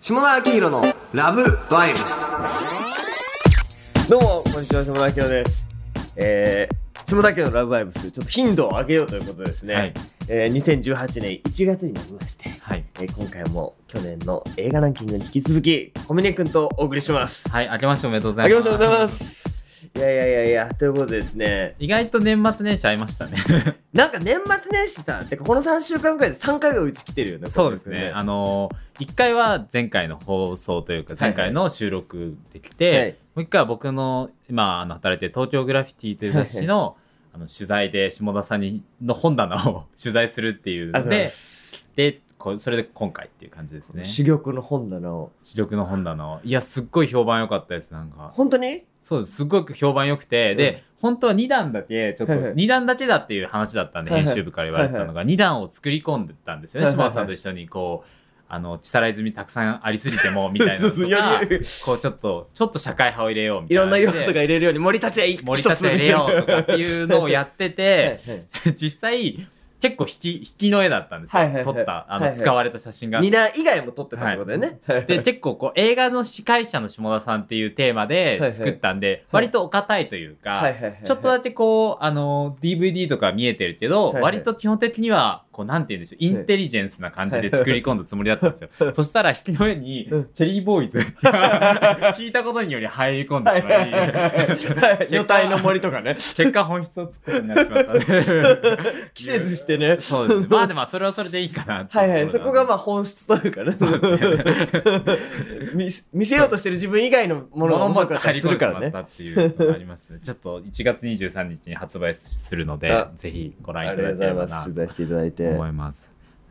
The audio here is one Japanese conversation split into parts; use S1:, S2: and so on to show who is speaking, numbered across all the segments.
S1: 下田明宏のラブバイブス
S2: どうも、こんにちは、下田明宏です。えー、下田家のラブバイブス、ちょっと頻度を上げようということですね。
S3: はい
S2: えー、2018年1月になりまして、
S3: はい。
S2: えー、今回も去年の映画ランキングに引き続き、小峰くんとお送りします。
S3: はい、明けましておめでとうござ
S2: あ
S3: い
S2: り
S3: ま
S2: が
S3: す。
S2: とうございます。いやいやいやいや、ということでですね、
S3: 意外と年末年始会いましたね。
S2: なんか年末年始さ、てかこの3週間くらいで3回がうち来てるよね。
S3: そうですね。
S2: は
S3: あのー、1回は前回の放送というか、前回の収録できて、
S2: い。
S3: もう1回は僕の今あの働いてる東京グラフィティという雑誌の、あの取材で下田さんにの本棚を 取材するっていう
S2: ありがとうござ
S3: の
S2: いま
S3: で、
S2: す。
S3: で、こそれで今回っていう感じですね。
S2: 珠玉の本棚を。
S3: 視力の本棚を。いや、すっごい評判良かったです、なんか。
S2: 本当に
S3: そうです。すごく評判良くて、
S2: うん
S3: で、本当は2段だけ、ちょっと
S2: はいはい
S3: 2段だけだっていう話だったんで、
S2: はいはい
S3: 編集部から言われてたのが、2段を作り込んでたんですよね。
S2: はいはいは
S3: 島
S2: い
S3: 田さんと一緒に、こう、あの、地さらい済みたくさんありすぎ ても、みたいな
S2: そ
S3: の
S2: うそ
S3: と
S2: うよ
S3: か
S2: り、
S3: こう、ちょっと、ちょっと社会派を入れようみ
S2: い
S3: たいな
S2: ろん
S3: の
S2: な
S3: で。
S2: 要素が入れるように盛り立て一
S3: 盛り立て入れようとかっていうのをやって
S2: て
S3: て、実際、結構引き、引きの絵だったんですよ。
S2: はいはいはい
S3: 撮った、あ
S2: はい
S3: の、
S2: はい
S3: 使われた写真が。
S2: 二段以外も撮ってたってことだよね。はい
S3: で、結構こう、映画の司会者の下田さんっていうテーマ
S2: いは
S3: で
S2: い
S3: 作ったんで、割とお堅いというか、
S2: はいはいはいはい
S3: ちょっとだけこう、あの、DVD とか見えてるけど、
S2: はいはい
S3: 割と基本的には、こう、なんて言うんでしょう、インテリジェンスな感じで作り込んだつもりだったんですよ。そしたら、引きの上に
S2: うん、
S3: チェリーボーイズ聞いたことにより入り込んでしまい、
S2: はい女体の森とかね。
S3: 結果本質をつくことになってしまったんで。
S2: 季節してね。
S3: そ うですね。まあでも、それはそれでいいかなってう
S2: はいはい。
S3: と
S2: そ
S3: ろ
S2: こ
S3: な
S2: が
S3: んで
S2: まあ本質というかね。
S3: そうで すね。
S2: 見せ見せようとしてる自分以外のものが
S3: 物
S2: 面
S3: も
S2: 白かった
S3: 入
S2: りす
S3: り込
S2: る
S3: んで
S2: から
S3: しまっ
S2: ね。
S3: たっていうのがありましたね。ちょっと1月23日に発売するので
S2: あ、
S3: ぜひご
S2: あ
S3: 覧
S2: り
S3: いた
S2: がとう
S3: だ
S2: ござい
S3: ければ
S2: ます。取
S3: な
S2: 材していただい
S3: と
S2: て。
S3: 思います。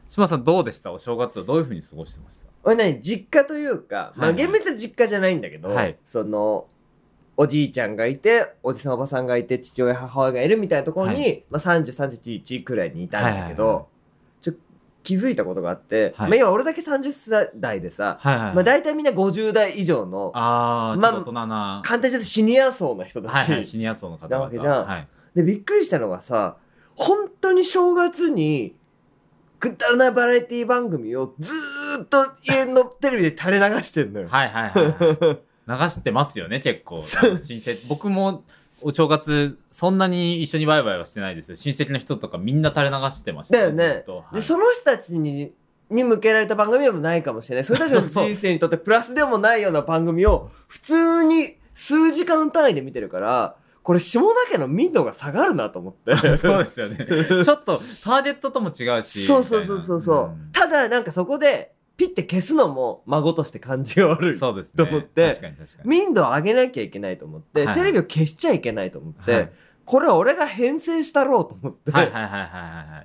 S3: 島さんどうでしたお正月はどういうふうに過ごしてまし
S2: 俺ね、実家というか、ま
S3: は
S2: あ
S3: いはい
S2: 厳密な実家じゃないんだけど
S3: はい、
S2: その、おじいちゃんがいて、おじさんおばさんがいて、父親母親がいるみたいなところ
S3: は
S2: に、まあ30、31くらいにいたんだけ
S3: はいはいはい
S2: ど、ちょ気づいたことがあって、
S3: はい
S2: まあ今俺だけ30代でさ、
S3: たはいはい。
S2: まあ大体みんな50代以上の、
S3: あー、
S2: まあ
S3: ちょっと大人な。
S2: 簡単に言うとシニア層の人だ
S3: はいはい、
S2: し、
S3: シニア層の方々。
S2: なわけじゃん
S3: はい。
S2: で、びっくりしたのがさ、本当に正月に、くだらないバラエティ番組をずーっと家のテレビで垂れ流してんのよ。
S3: はいはいはい はい。流してますよね、結構。
S2: そう
S3: 親戚。僕も、お正月、そんなに一緒にワイワイはしてないですよ。親戚の人とかみんな垂れ流してました。
S2: だよね
S3: ずっとはい
S2: で、その人たちに、に向けられた番組でもないかも しれない。それたちの人生にとってプラスでもないような番組を普通に数時間単位で見てるから、これ下田家の民度が下がるなと思って。
S3: そうです よね。ちょっと、ターゲットとも違うし。
S2: そうそうそうそうそう、
S3: み
S2: ただなんかそこでピッて消すのも孫として感じが
S3: たいなう
S2: 悪
S3: ん
S2: い
S3: そうですね。
S2: と思って
S3: 確かに確かに。
S2: 民度を上げなきゃいけないと思って、
S3: はい
S2: テレビを消しちゃいけないと思って、
S3: はい
S2: これは俺が編成したろうと思って、
S3: はいはいはいはいはい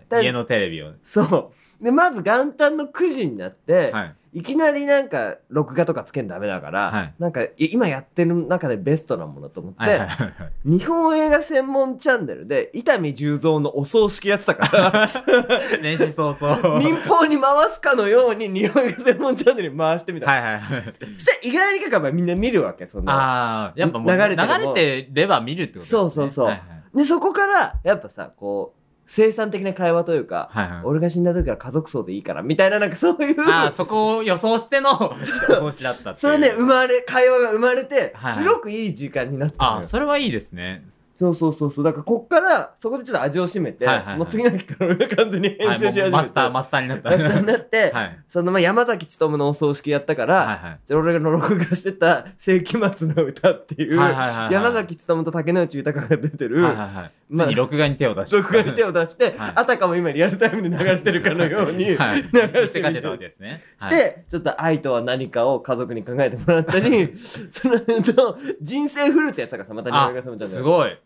S2: だ
S3: はい。家のテレビを。
S2: そうでまず元旦の9時になって、
S3: はい。
S2: い、きなりなんか録画とかつけんダメだから、
S3: はい
S2: なんかい今やってる中でベストなものと思って、
S3: はいはいはいはい。
S2: 日本映画専門チャンネルで伊丹十三のお葬式やってたから
S3: 年始早々。
S2: 民放に回すかのように日本映画専門チャンネルに回してみたの
S3: はいはいはい。
S2: したら意外にかかみんな見るわけその
S3: ああ、やっぱもう
S2: 流
S3: 流
S2: れて
S3: れ
S2: ても
S3: てれば見るってことですね。
S2: そうそうそう
S3: はいはい
S2: でそこからやっぱさこう生産的な会話というか、
S3: はいはい。
S2: 俺が死んだ時は家族葬でいいからみたいななんかそういう
S3: ああ、そこを予想してのお葬式だったってい
S2: そうね生まれ会話が生まれて、
S3: はい
S2: すごくいい時間になった
S3: あ
S2: の
S3: あ、
S2: よ
S3: それはいいですね。
S2: そうそうそうそうだからこっからそこでちょっと味を占めて、
S3: はいはいはい
S2: もう次の日から俺が完全に
S3: は
S2: 編
S3: い
S2: 成し始
S3: も
S2: めて、
S3: うマスター、マスターになった。
S2: マスターになって、
S3: はい。
S2: そのまあ山崎努のお葬式やったから、
S3: はいはい。
S2: じゃあ俺の録画してた「世紀末の歌」っていう、
S3: はいはいはいはい
S2: 山崎努と竹野内豊が出てる、
S3: はいはいはい。ついに録画に手を出して。
S2: 録画に手を出して、
S3: はい
S2: あたかも今リアルタイムで流れてるかのように、
S3: はい。
S2: 流してみて
S3: 見せかけたわけですね。
S2: し
S3: はい、
S2: て、ちょっと愛とは何かを家族に考えてもらったり、その後、人生フルーツやってたからさ、また日本が覚め
S3: あ
S2: たんだ
S3: す
S2: よ。
S3: ごい。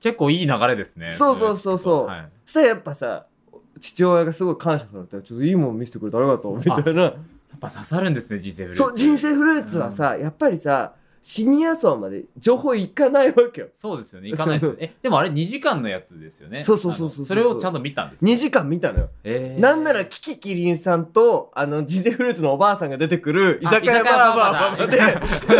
S3: 結構いい流れですね。
S2: そうそうそうそう
S3: はい
S2: そしたらやっぱさ、父親がすごい感謝されて、ちょっといいもん見せてくれてありがとう、みたいな。
S3: やっぱ刺さるんですね、人生フルーツ
S2: そう、人生フルーツはさ、やっぱりさ、シニア層まで情報いかないわけよ。
S3: そうです よね。行かないですよね。え、でもあれ2時間のやつですよね。
S2: そうそうそうそうそう
S3: あのそれをちゃんと見たんですか
S2: 2時間見たのよ。
S3: えー
S2: なんなら、キキキリンさんと、あの、人生フルーツのおばあさんが出てくる、居
S3: あ
S2: 酒屋バーバーバー
S3: 居酒屋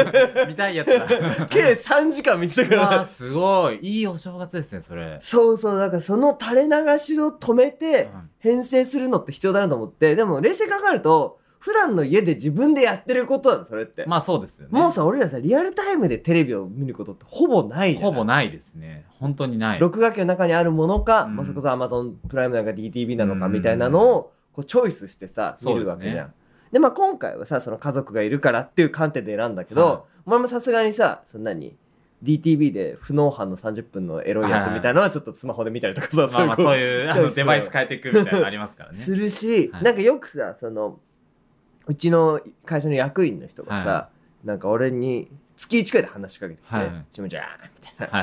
S3: バー
S2: で、
S3: 見たいやつだ。
S2: 計3時間見てたか
S3: わ
S2: ら
S3: あ、。すごい。いいお正月ですね、それ。
S2: そうそう、だからその垂れ流しを止めて、編成するのって必要だなと思って、でも冷静に考えると、普段の家で自分でやってることなの、それって。
S3: まあそうですよね。
S2: もうさ、俺らさ、リアルタイムでテレビを見ることってほぼないじゃん。
S3: ほぼないですね。本当にない。
S2: 録画機の中にあるものか、
S3: うん
S2: まあ、それこそ Amazon プライムなのか DTV なのか
S3: うん
S2: みたいなのをこうチョイスしてさ、見るわけじ
S3: そうで
S2: ゃ
S3: す
S2: ん。で、まあ今回はさ、その家族がいるからっていう観点で選んだけど、
S3: はい
S2: お前もさすがにさ、そんなに DTV で不能犯の30分のエロいやつみたいなのはちょっとスマホで見たりとかさ、
S3: まあまあ
S2: そういうこ
S3: そういうあ
S2: チョイ
S3: の
S2: ス
S3: デバイス変えていくみたいなのありますから
S2: と
S3: ね。
S2: するし、
S3: はい
S2: なんかよくさ、その、うちの会社の役員の人がさ、
S3: は
S2: なんか俺に月1回で話しかけてきて、
S3: はいはい
S2: ちむちゃん、
S3: は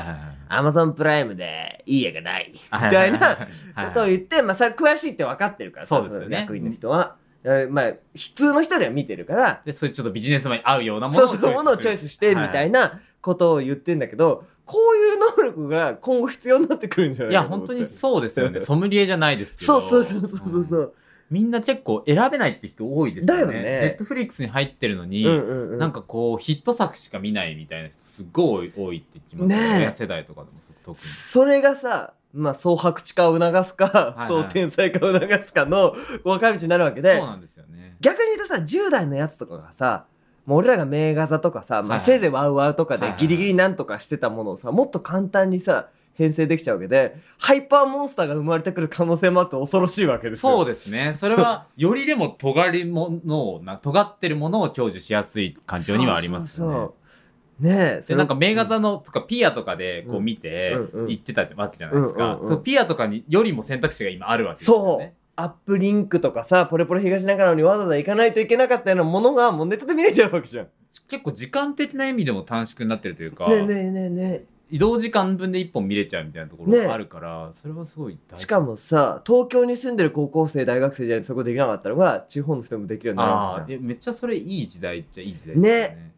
S3: いはいはい。
S2: Amazon プライムでいい絵がない、み
S3: はは
S2: たいな、
S3: はは
S2: ことを言って、まあ、さ詳しいって分かってるからさ
S3: そうですよね
S2: の役員の人は。えーまあ、普通の人には見てるから、
S3: で、そういうちょっとビジネスマンに合うようなものを
S2: そうそう、ものをチョイスして、みたい
S3: な。
S2: なことを言ってんだけど、こういう能力が今後必要になってくるんじゃ
S3: は
S2: ないい
S3: いや、本当に
S2: そ
S3: そうですよね。ソムリエじゃないですけど。
S2: うそうそうそうそ
S3: ん
S2: う。
S3: みんな結構選べないって人多いですよね。
S2: だよね
S3: ネットフリックスに入ってるのに、
S2: うんうんうん。
S3: なんかこう、ヒット作しか見ないみたいな人すっごい多いって言います
S2: ね
S3: よね。
S2: え
S3: 親世代とかでも特に。
S2: それがさ、まあ、そう白痴化を促すか、
S3: はい
S2: そう天才化を促すかの分かれ道になるわけで、
S3: そうなんですよね。
S2: 逆に言うとさ10代のやつとかがさもう俺らが名画座とかさ、まあ、
S3: はい
S2: せいぜいワウワウとか
S3: はい
S2: で
S3: はい
S2: ギリギリなんとかしてたものをさもっと簡単にさ編成できちゃうわけでハイパーモンスターが生まれてくる可能性もあって恐ろしいわけですよ
S3: そうですね。それは、よりでも尖りものをな、尖ってるものを享受しやすい環境にはありますよね。
S2: そうそうそうねえ
S3: でなんか名画
S2: の
S3: 座のとかピアとかでこう見て
S2: うんうんうん
S3: 行ってたわけじゃないです
S2: うん
S3: か
S2: うんうん
S3: そうピアとかによりも選択肢が今あるわけですよ
S2: そう
S3: ね
S2: アップリンクとかさポレポレ東中野にわざわざ行かないといけなかったようなものがもうネットで見れちゃうわけじゃんね
S3: 結構時間的な意味でも短縮になってるというか
S2: えねえねえね
S3: 移動時間分で1本見れちゃうみたいなところ
S2: ね
S3: があるからそれはすごい大
S2: え
S3: 事
S2: しかもさ東京に住んでる高校生大学生じゃないとそこできなかったのが地方の人もできるようになるわ
S3: あ
S2: け
S3: あ
S2: じゃん
S3: えめっちゃそれいい時代っちゃいい時代ですよね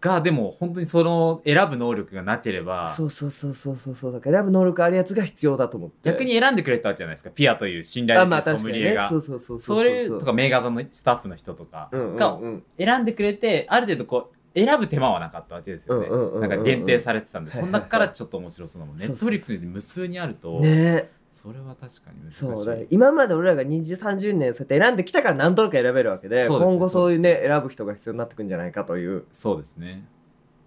S3: がでも本当にその選ぶ能力がなければ
S2: そうそうそうそうそうそうだから選ぶ能力あるやつが必要だと思って
S3: 逆に選んでくれたわけじゃないですかピアという信
S2: あ
S3: 頼
S2: ま
S3: で
S2: あ確
S3: きるソ
S2: か
S3: ム
S2: に
S3: リエ
S2: ね
S3: が
S2: そうそうそう
S3: それとか名画座のスタッフの人とか
S2: うんうん
S3: が
S2: うん
S3: 選んでくれてある程度こう選ぶ手間はなかったわけですよね、
S2: うんうんうんうんうん
S3: なんか限定されてたんで、
S2: はいはい
S3: そ
S2: はい
S3: ん中からちょっと面白そうなもんネ
S2: そう
S3: ッ
S2: そ
S3: ト
S2: う
S3: フリックスで無数にある
S2: ね
S3: と、
S2: え
S3: それは確かに難しい
S2: そうだから今まで俺らが2030年そうやって選んできたからなんとなく選べるわけで
S3: そうですね
S2: 今後そういうね選ぶ人が必要になってくんじゃないかという
S3: そうですね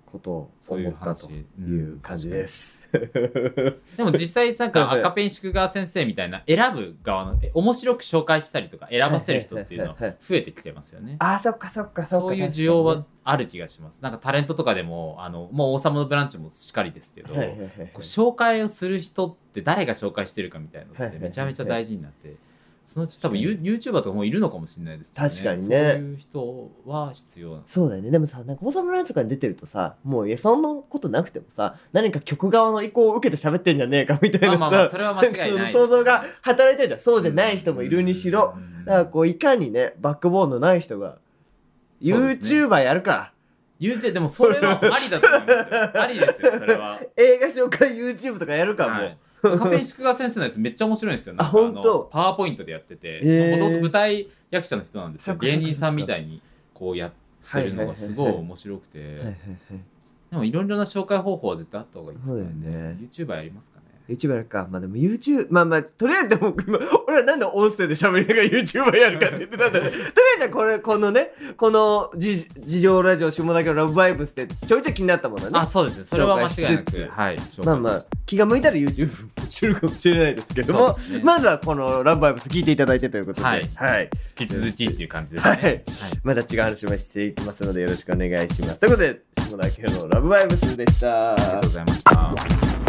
S2: ことを
S3: そうい
S2: 思
S3: う
S2: った
S3: 話
S2: という感じですす
S3: でも実際なん
S2: は
S3: か
S2: いはい
S3: 赤ペン宿川先生みたいな選ぶ側のえ面白く紹介したりとか選ばせる人っていうのは
S2: はいはいはい
S3: 増えてきてますよね
S2: あーそっかそっかそっか
S3: そういう需要はある気がしますなんかタレントとかでもあのもう「王様のブランチ」もしっかりですけど、
S2: 確かにねはいはいはい
S3: こう紹介をする人って誰が紹介してるかみたいな
S2: は
S3: の
S2: いは
S3: っ
S2: い
S3: て
S2: はい
S3: めちゃめちゃ大事になってそのうち多分ユ YouTuber とかもいるのかもしれないですけど
S2: 確かにね
S3: そういう人は必要な
S2: そうだよね。でもさ、なんか王様のランチとかに出てるとさ、もう、いや、そんなことなくてもさ、何か曲側の意向を受けて喋ってんじゃねえかみ たいなさ、
S3: まあまあまあそれは間違いない
S2: んか想像が働いちゃうじゃん。そうじゃない人もいるにしろ。
S3: うん
S2: だからこう、いかにね、バックボーンのない人が、
S3: そうですね
S2: YouTuber やるか、
S3: YouTube でもそれはありだと思いますよありですよそれは
S2: 映画紹介 YouTube とかやる かも。
S3: はいカペン宿川先生のやつめっちゃ面白いんですよなんか
S2: あ本当
S3: パワーポイントでやってて
S2: へー
S3: もともと舞台役者の人なんですよ
S2: そっかそっ
S3: 芸
S2: か
S3: 人さんみたいにこうやってるのがすごい面白く
S2: はいはい
S3: て
S2: はい
S3: でもいろいろな紹介方法は絶対あった方がいいですね
S2: そうだよね
S3: YouTuber やりますかね
S2: YouTuber やるか。まあでも YouTube、まあまあ、とりあえずでも今、俺はなんで音声で喋りながら YouTuber やるかって言ってたんだとりあえずこれ、このね、このじ事情ラジオ下田家のラブバイブスってちょいちょい気になったものはね。
S3: あ、そうですね。それは間違いな
S2: 紹介しつつ
S3: く。はい。紹介
S2: まあまあ、気が向いたら YouTube もしてるかもしれないですけど
S3: そう
S2: も、
S3: ですね
S2: まずはこのラブバイブス聞いていただいてということで、は
S3: はいい。引き続きっていう感じですね。
S2: はいまた違う話もしていきますのでよろしくお願いします。ということで、下田家のラブバイブスでした。
S3: ありがとうございました。